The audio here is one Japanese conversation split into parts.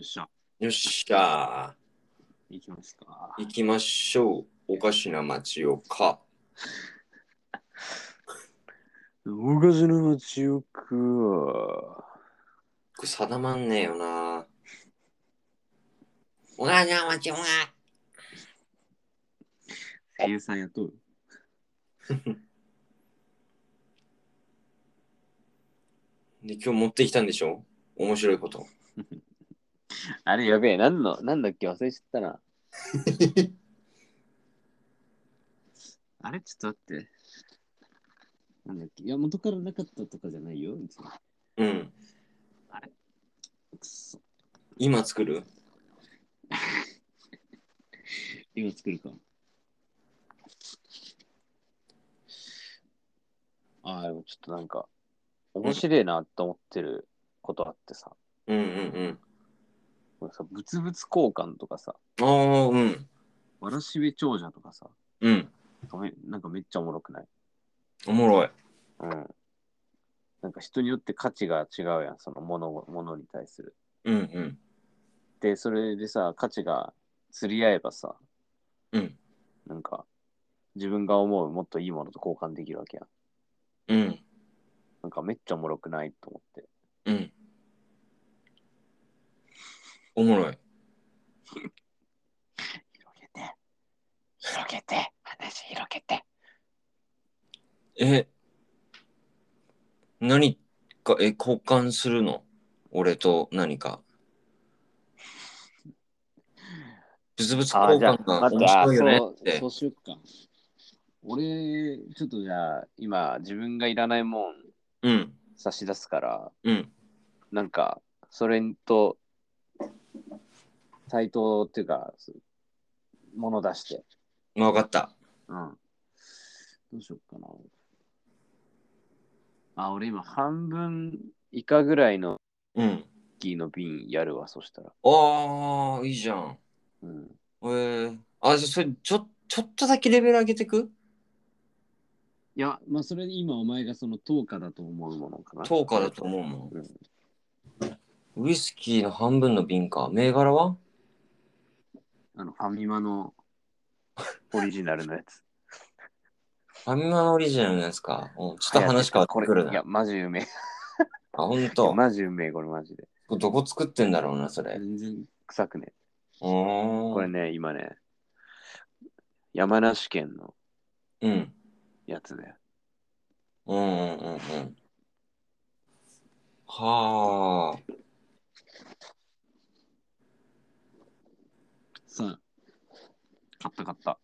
っしゃ。よっしゃ行きますか。ー。行きましょう。おかしな町をか。おかずの街をか。これ定まんねえよな。おかしな町をか。声優さん雇う。で、今日持ってきたんでしょ面白いこと。あれやべえ、なんの、なんだっけ忘れちゃったな。あれちょっと待って。なんだっけいや、元からなかったとかじゃないよ。別にうん。くそ今作る今作るか。ああ、でもちょっとなんか、面白いなと思ってることあってさ、うんうんこれさ、物々交換とかさ、うん。ああ、うん。わらしべ長者とかさ、うん。なんかめなんかめっちゃおもろくないおもろい。うん。なんか人によって価値が違うやん、そのものものに対する。うんうん。で、それでさ、価値が釣り合えばさ、うん。なんか、自分が思うもっといいものと交換できるわけやん。うん。なんかめっちゃおもろくないと思って。うん。おもろい。広げて広げて話広げてえ、何か、え、交換するの俺と何か。物々あー交じゃ換あが待っ面てあ白いよねそうってそう。しよっか俺ちょっとじゃあ今自分がいらないもんうん、差し出すからうん、なんかそれと対等っていうかす物出してわかった。うんどうしよっかなあ俺今半分以下ぐらいのうん。ウイスキーの瓶やるわそしたらああ、いいじゃん。うんえー、あ、じゃあそれ、ちょ、ちょっとだけレベル上げてくいや、まあ、それで今お前がその10日だと思うものかな。 ?10 日だと思うもうんん。ウイスキーの半分の瓶か。銘柄はあの、ファミマのオリジナルのやつ。ファミマのオリジナルのやつか。うん ちょっと話変わってくるこれいな。や、マジうめえ。あ、ほんと。 マジうめえ、これマジで。どこ作ってんだろうな、それ。う全然臭くねえ。ーん。これね、今ね、山梨県のうん。やつだよ。うんうんうんうん。はあ。さあ、買った買った。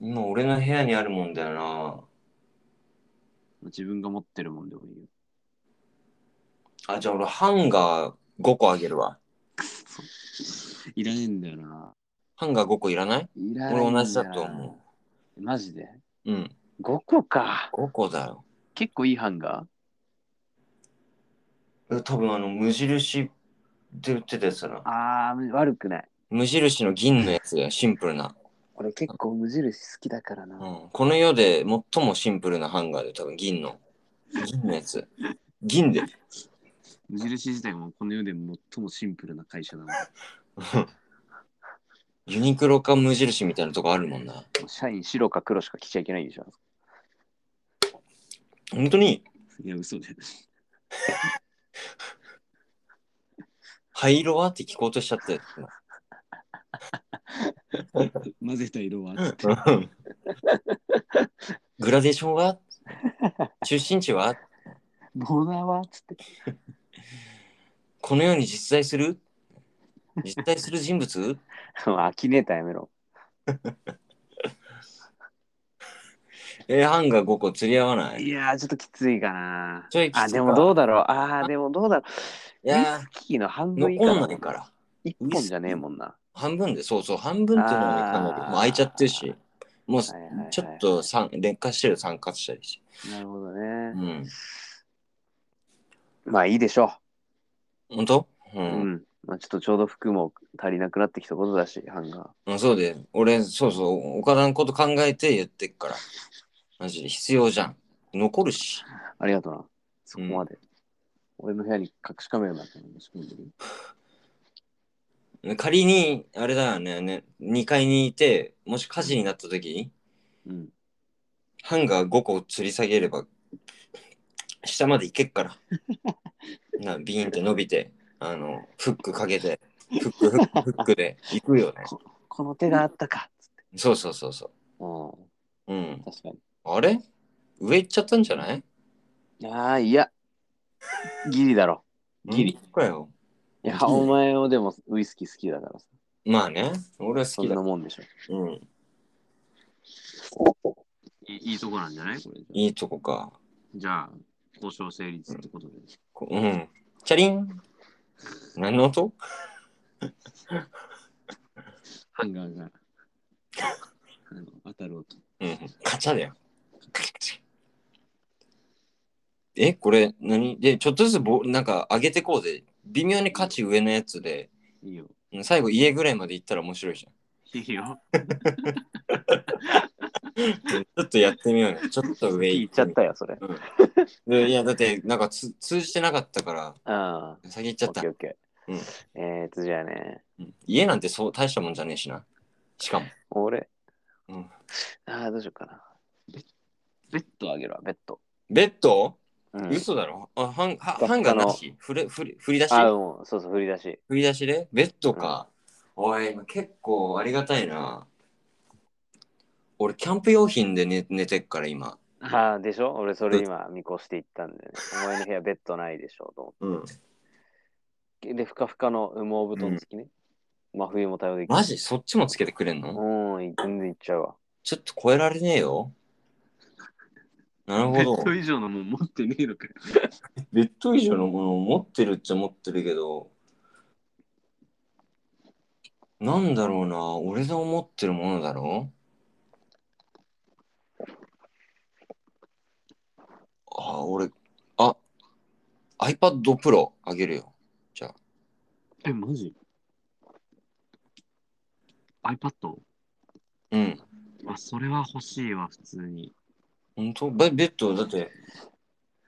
今俺の部屋にあるもんだよ自分が持ってるもんでもいいよ。な。あ、じゃあ俺ハンガー5個あげるわ。いらねえんだよな。ハンガー5個いらないいらねえんだよ俺な同じだと思う。マジでう。うん。 ?5 個か。 5個だよ。結構いいハンガーえ多分あの、無印で売ってたやつだな。あー、悪くない。無印の銀のやつだよ。シンプルな。俺結構無印好きだからな。うん。この世で最もシンプルなハンガーで多分銀の。銀のやつ。銀で。無印自体もこの世で最もシンプルな会社だもん。ユニクロか無印みたいなとこあるもんな。 社員白か黒しか着ちゃいけないんでしょ。本当にいや、嘘で。灰色はって聞こうとしちゃったやつ 混ぜた色はって。な。グラデーションは出身地はボーダーはつ って。この世に実在する実在する人物あきねえたやめろ。えー、ハンガー5個釣り合わないいいやー、ちょっときついかな。ちょいきついかあ、でもどうだろう。あー、でもどうだろう。ウイやスキーの半ー、分以下残だんないから。一本じゃねえもんな。半分で、そうそう、半分っていうのはね、あーかなりもう開いちゃってるし、もうはいはいはいちょっと酸劣化してる酸化したりして。なるほどうね。ん。まあいいでしょ本当う。う。うんん。まあ、ちょっとちょうど服も足りなくなってきたことだし、ハンガー。うん、そうで、俺、そうそう、岡田のこと考えて言ってっから。マジで必要じゃん。残るし。ありがとうな。そこまで。俺の部屋に隠しカメラなんか持ち込んでる仮に、あれだよねね、2階にいて、もし火事になった時に、うん。ハンガー5個吊り下げれば、下まで行けっ から。なビーンって伸びて、あの、フックかけて、フック、フック、フックで行くよね。この手があったか。そうそうそうそうん。う。うん。確かに。あれ上行っちゃったんじゃないああ、いや。ギリだろ。ギリ。本当かよ。いや、うんお前もでもウイスキー好きだからさ。まあね、俺はそ好んきだな。もんでしょ。うん。いいいとこなんじゃないこれ。いいとこか。じゃあ、交渉成立って ことで。こうん。チャリン何の音ハンガーがあの当たる音。うん。カチャだよ。カチャカチャ。え、これ何で、ちょっとずつぼ、なんか上げてこうぜ。微妙に価値上のやつで、いいよ。うん最後家ぐらいまで行ったら面白いじゃん。いいよ。ちょっとやってみよう よ。ちょっと上聞行いちゃったよ、それ。うんでいや、だって、なんかつ通じてなかったから、ああ。先行っちゃったオ。ッケーオッケー。えーっと、じゃあね、うん家なんてそう大したもんじゃねえしな。しかも。俺、うんああ、どうしようかな。ベッドあげるわ、ベッド。ベッド、うん、嘘だろあ、ハンハ学科のハンガーなし振れ振り振り出しああ、もう、そうそう、振り出し。振り出しでベッドか。おい、今結構ありがたいな。俺、キャンプ用品で寝寝てっから今。ああ、でしょ俺、それ今、見越していったんでね。お前の部屋、ベッドないでしょとう思ん。って。で、ふかふかの羽毛布団付きね。真冬も対応できる。マジそっちもつけてくれんの、うん、全然いっちゃうわ。ちょっと超えられねえよ。なるほど。以上のもん持ってねえのかよ。ベッド以上のものを持ってるっちゃ持ってるけど、なんだろうな、俺の思ってるものだろあ、俺、あ、iPad Pro あげるよ。え、マジ ?iPad? うん。あ、それは欲しいわ、普通に。ほんとベベッド、だって、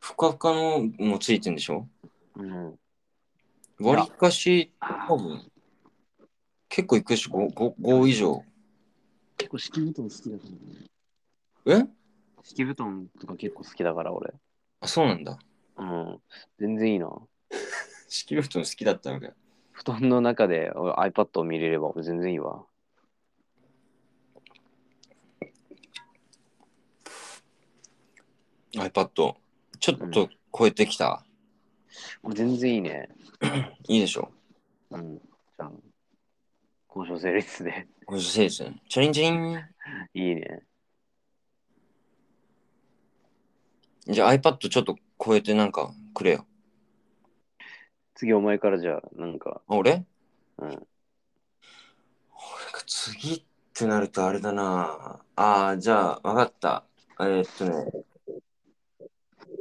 ふかふかのもついてんでしょうん。割りかし、あ多分、結構いくし、5, 5, 5以上。結構敷布団好きだからね。え敷布団とか結構好きだから、俺。あ、そうなんだ。うん。全然いいな。敷布団好きだったのかよ。布団の中で俺 iPad を見れれば俺全然いいわ。 iPad ちょっと超えてきた、俺全然いいね。いいでしょうん。じゃあ、交渉成立で。 これせいですねチャリンチャリいいね。ンじゃあ iPad ちょっと超えてなんかくれよ次お前からじゃあ、なんか、あ俺うん。俺が次ってなるとあれだなあーじゃあ分かったえーっとね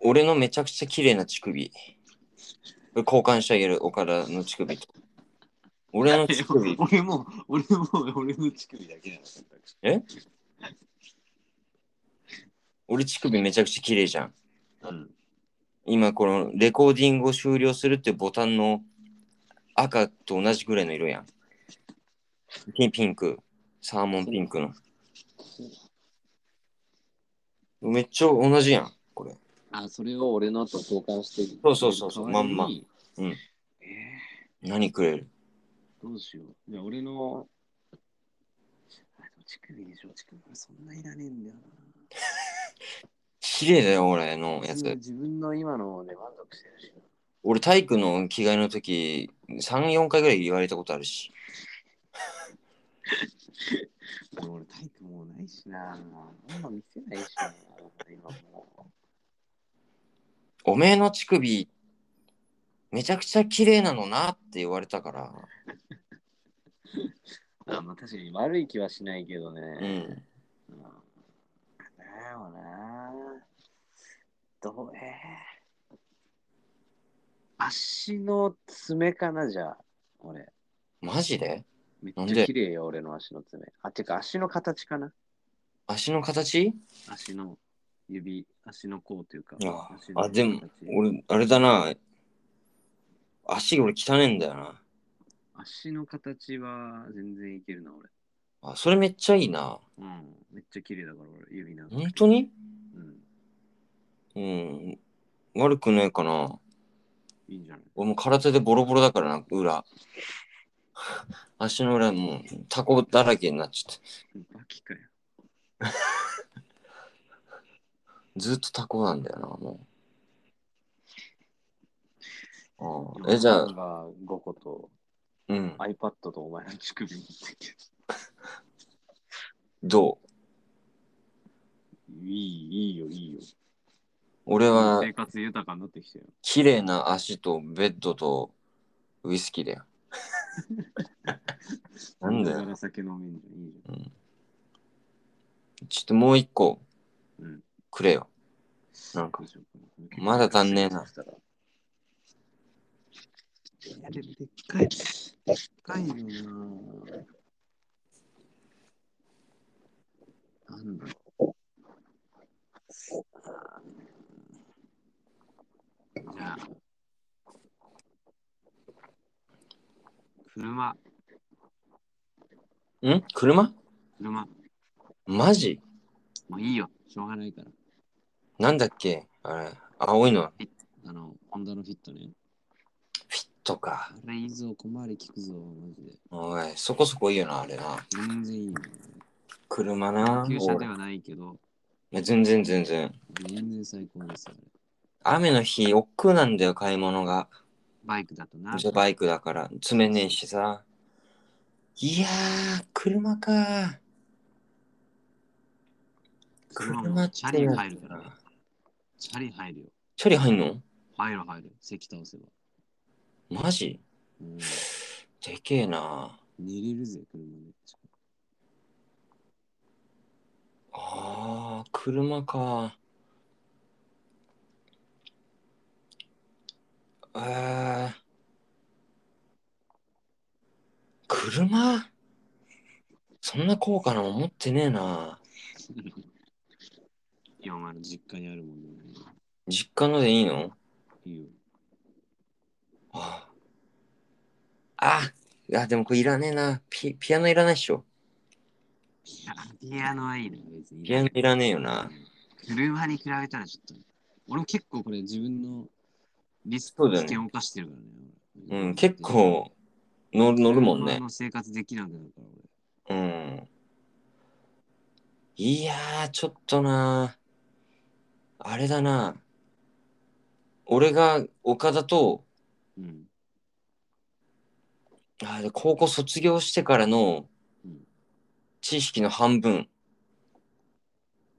俺のめちゃくちゃ綺麗な乳首これ交換してあげる岡田の乳首と俺の乳 首俺も、俺も、俺の乳首だけなの。俺乳首めちゃくちゃ綺麗じゃんうん。今このレコーディングを終了するっていうボタンの赤と同じぐらいの色やん。ピンピンク、サーモンピンクの。めっちゃ同じやん、これ。あ、それを俺のと交換してそうそうそうそうまんまう。うんんえ何くれるー、どうしよう。じゃあ俺の、あ、でも乳首でしょ、乳首。そんないらねえんだよな。綺麗だよ、俺のやうんつ。自分の今ので満足してるし。俺、体育の着替えの時、3、4回ぐらい言われたことあるし。でも俺体育もうないしな。もうあんま見せないしな。今もおめえの乳首、めちゃくちゃ綺麗なのなって言われたから。う。あまあ確かに悪い気はしないけどうね。ん。うん。だよな。どうえー足の爪かなじゃあ。俺。マジでめっなんちゃで綺麗よ、俺の足の爪。あ、てか足の形かな足の形足の指、足の甲というか。あ足のあ、でも形、俺、あれだな。足、俺、汚ねえんだよな。足の形は全然いけるな、俺。あ、それめっちゃいいな。うん。めっちゃ綺麗だから、俺、指なんか。本当にううん。ん。悪くないかな。いいんじゃない俺もう空手でボロボロだからな、裏。足の裏もうタコだらけになっちゃって。バキかよ。ずっとタコなんだよな、もう。ああえ、じゃあ、が5個とうん iPad とお前の乳首持ってきて。どういい、いいよ、いいよ。俺は生活豊かになってきてよ。綺麗な足とベッドとウイスキーだよ。なんだよだから酒飲めんじゃん。いいじちょっともう一個ゃん。うん。くれよ。なんかどうしようかなまだ足んねえな。いやでもでっかい。でっかいよな。なんだろう。じゃあ。車、ん車車。マジもういいよ。しょうがないから。なんだっけあれ、青いの。あの、ホンダのフィットね。フィットかあ。れいいぞ、小回り効くぞ、マジで。おい、そこそこいいよな、あれな。全然いいね。車な。旧車で俺はないけど、全然全然。全然最高ですよ、ね。雨の日、億劫なんだよ、買い物が。バイクだとな。じゃバイクだから、詰めねえしさ。いやー、車か。車も車ってチャリ入るからねな。チャリ入るよ。チャリ入んの入る入る。席倒せば。マジうん、でけえな。寝れるぜ、車で。ああ、車か。えー、車そんな高価なもん持ってねえな。いや、お前の実家にあるもんね。実家のでいいのいいよ。ああ。あ、いやでもこれいらねえな。ピ、ピアノいらないっしょ。ピアピアノはいいな、別に。ピアノいらねえよな。車に比べたらちょっと。俺も結構これ自分のリスそク、うだよ危ね険を犯してるからね。う俺ん、結。構乗る、乗るもん車ね。の生活できなくなるから、う俺。ん。いやー、ちょっとなあれだな俺が岡田と、うん。あーで高校卒業してからのうん知識の半分。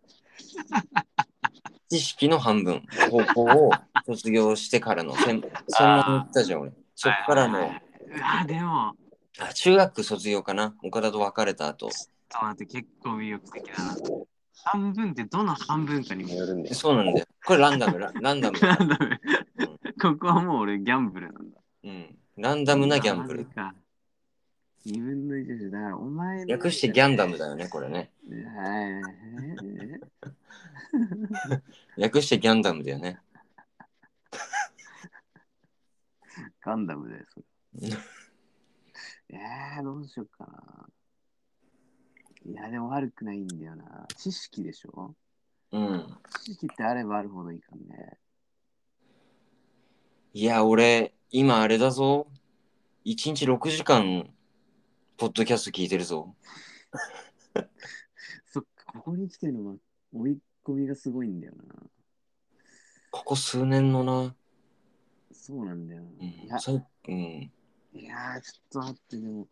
知識の半分。高校を卒業してから の専専門行ったじゃん、俺。そっからはいのは、いはい。うわ、でも、あ、中学卒業かな岡田と別れた後。ちょっと待って、結構魅力的だな。半分ってどの半分かにもよるんだよ。そうなんだよ。これランダム、ラランダム。なんだねここはもう俺ギャンブルなんだ。うん。ランダムなギャンブルマジ。か。2分の1でだからお前の。略してギャンダムだよね、これね。はいはいはい。略してギャンダムだよね。ガンダムだよ、 それ。えー、どうしようかな。いや、でも悪くないんだよな。知識でしょうん。知識ってあればあるほどいいかもね。いや、俺、今あれだぞ。1日6時間、ポッドキャスト聞いてるぞ。そっか、ここに来てのは追い込みがすごいんだよな。ここ数年のな。そうなんだよな。ういんや。そううん、いやー、ちょっと待って、でも、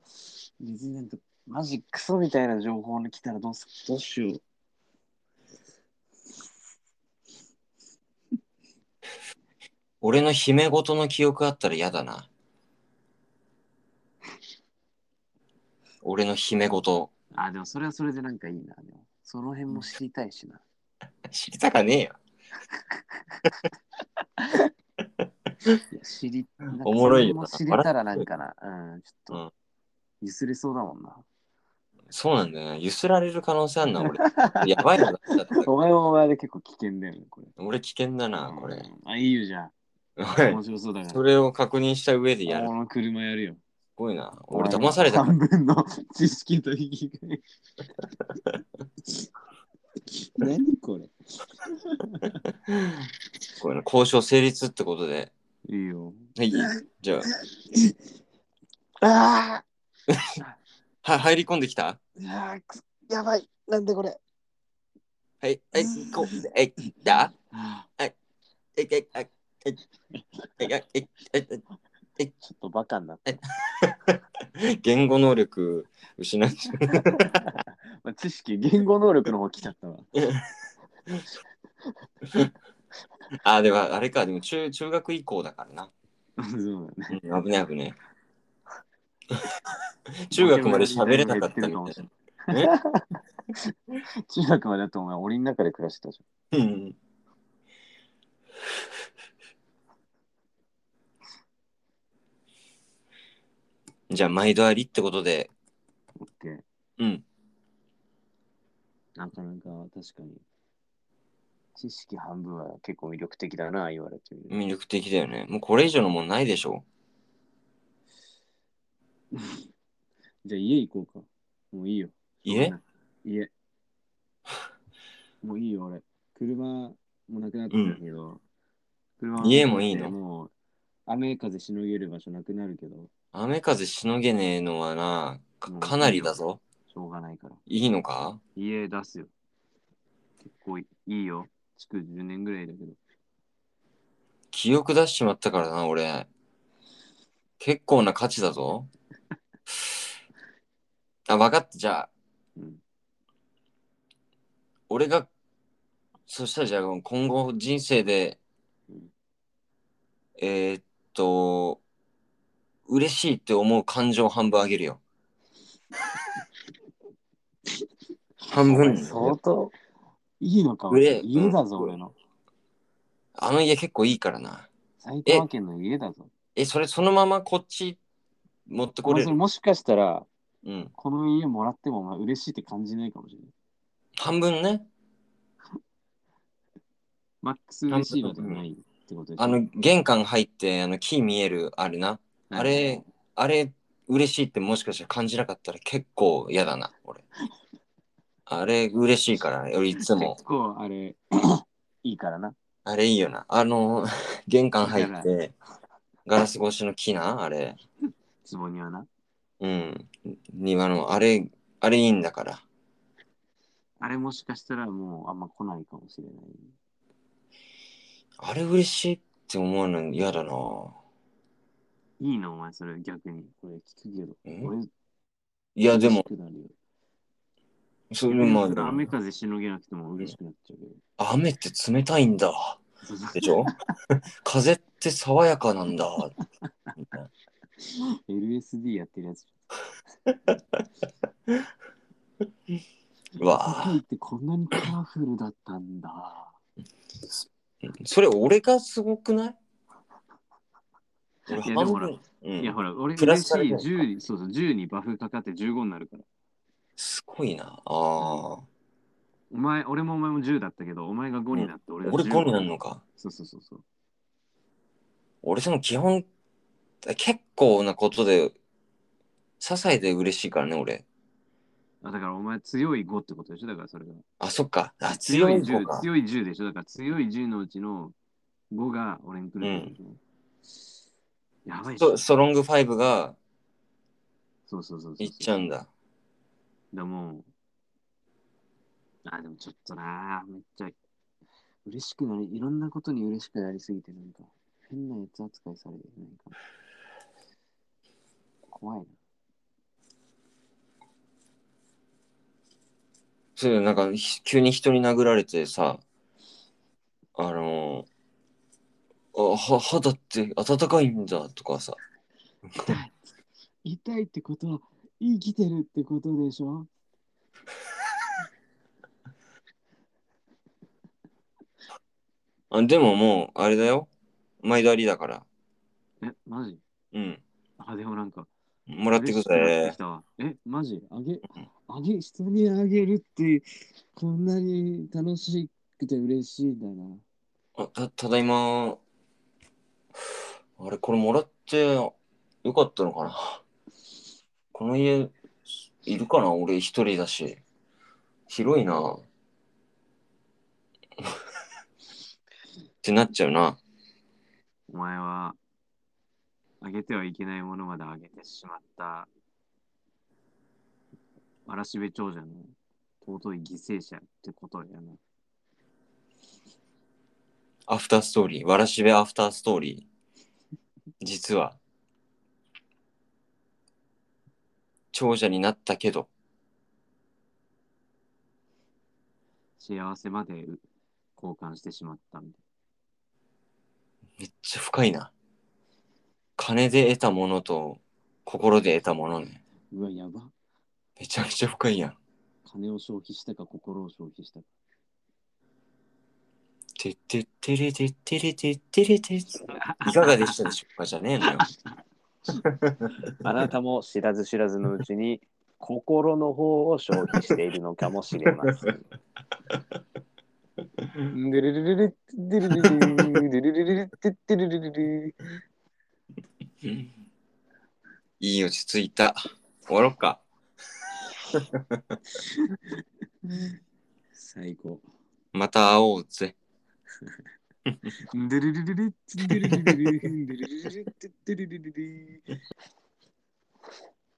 別になんか、マジクソみたいな情報に来たらどうすどうしよう。俺の姫事の記憶あったら嫌だな。俺の姫事。あ、でもそれはそれでなんかいいな。でもその辺も知りたいしな。知りたかねえよ。いや知り、なんかおもろいよそなれも知れたらなんかな、うん、ちょっうと、ゆすれそうだもんな。そうなんだよな。ゆすられる可能性あん な、俺。やばいな。だってお前もお前で結構危険だよね、これ。俺危険だな、これ。うんあ、いいよ、じゃあ。おい面白そうだから。それを確認した上でやるこ。の車やるよ。ごいな。俺騙された。半分の知識と引き換え。何これこういうの交渉成立ってことで。いいよ。はい。じゃあ、あは入り込んできたーあーくそやばい。なんでこれはい。はい。こう。え、だえ、え、え、え、え、え、え、え、ちょっとバカになった。え、言語能力失っちゃまあ、知識、言語能力の方来ちゃっ たわ。う。あ、でもあれか。でも中中学以降だからな。そうだね。うん、危ねえ危 ねえ。中学まで喋れなかったみたい中学までだとお前、檻の中で暮らしてたじな。 うん。じゃあ、毎度ありってことで、ゃん。オッケー。うん。なかなか確かに。知識半分は結構魅力的だな、言われてる。魅力的だよね。もうこれ以上のもんないでしょ。じゃあ家行こうか。もういいよ。家 家。もういいよ、俺。車もなくなったんだけど。車家もいいのもう雨風しのげる場所なくなるけど、雨風しのげねえのはな、かかなりだぞ。しょうがないから。いいのか家出すよ。結構いいよ。築10年ぐらいだけど。記憶出しちまったからな、俺。結構な価値だぞ。 あ、分かった。じゃあ、うん。俺が、そしたらじゃあ今後人生でうん、えーっと、嬉しいって思う感情を半分あげる よ。半分。相当いいのかうれ家だぞ、うん俺の。あの家結構いいからな。埼玉県の家だぞ。え、それそのままこっち持ってここれれそれる。もしかしたら、うん。この家もらってもお前嬉しいって感じないかもしれない。半分ね。マックス嬉しいのではないってことでしょあの、玄関入って、あの、木見える、あれな。あれ、あれ、嬉しいってもしかしたら感じなかったら結構嫌だな、俺。あれ、嬉しいから、ね、俺いつも結。構あれいいからな。あれいいよな。あの、玄関入って、ガラス越しの木な、あれ。ツボにはな。うん。庭の、あれ、あれいいんだから。あれもしかしたらもうあんま来ないかもしれない。あれ嬉しいって思うの嫌だな。いいのお前それ逆に。これ聞くけど。うん俺いや、で嬉しも、くなるよそれまあ、雨風しのげなくても嬉しくなっちゃうけど。雨って冷たいんだ。そうそうでしょ風って爽やかなんだ。みたいな LSD やってるやつ。うわ世界ってこんなにカラフルだったんだ。それ俺がすごくない俺いやでもほら半分うんいやほら、俺プラ嬉スしいされてるのか10に、そうそう、10にバフかかって15になるから。すごいな。ああ。お前、俺もお前も10だったけど、お前が5になって俺が俺15 5になるのか。そうそうそうそう。俺その基本、結構なことで、些細で嬉しいからね、俺。あだからお前強い5ってことでしょだからそれが。あ、そっか。あ、強い強方い10か。強い10でしょだから強い10のうちの5が俺に来るってことでしょ、やばいっしょストロング5がそうそうそうそう。いっちゃうんだ。でも、あ、でもちょっとなめっちゃ、嬉しくなり、いろんなことに嬉しくなりすぎて、なんか、変なやつ扱いされてないかも。怖いな。それなんかひ急に人に殴られてさあのーあは肌って暖かいんだとかさ痛いってことは、生きてるってことでしょあでももうあれだよ毎度ありだからえ、マジうんあ、でもなんか、もらってく嬉しなってぜきたわえ、マジあげ、あげ、人にあげるって、こんなに楽しくて嬉しいんだな。あたただいまあれこれもらってよかったのかなこの家、いるかな俺一人だし。広いな。ってなっちゃうな。お前は、あげてはいけないものまであげてしまった、わらしべ長者の尊い犠牲者ってことやな。アフターストーリー。わらしべアフターストーリー。実は、長者になったけど、幸せまでう交換してしまったみたいめっちゃ深いな。金で得たものと、心で得たものね。な。うわ、やば。めちゃくちゃ深いやん。金を消費したか、心を消費したか。てってってれてってれてってれて。いかがでしたでしょうかじゃねえのよ。あなたも知らず知らずのうちに 心の方を消費しているのかもしれません。でるるるるでるるるるるるるるてるるるるいい落ち着いた。終わろっか。 最 高。また会おうぜ。でるるるる、でるるるる、でるるるる、でるるるる。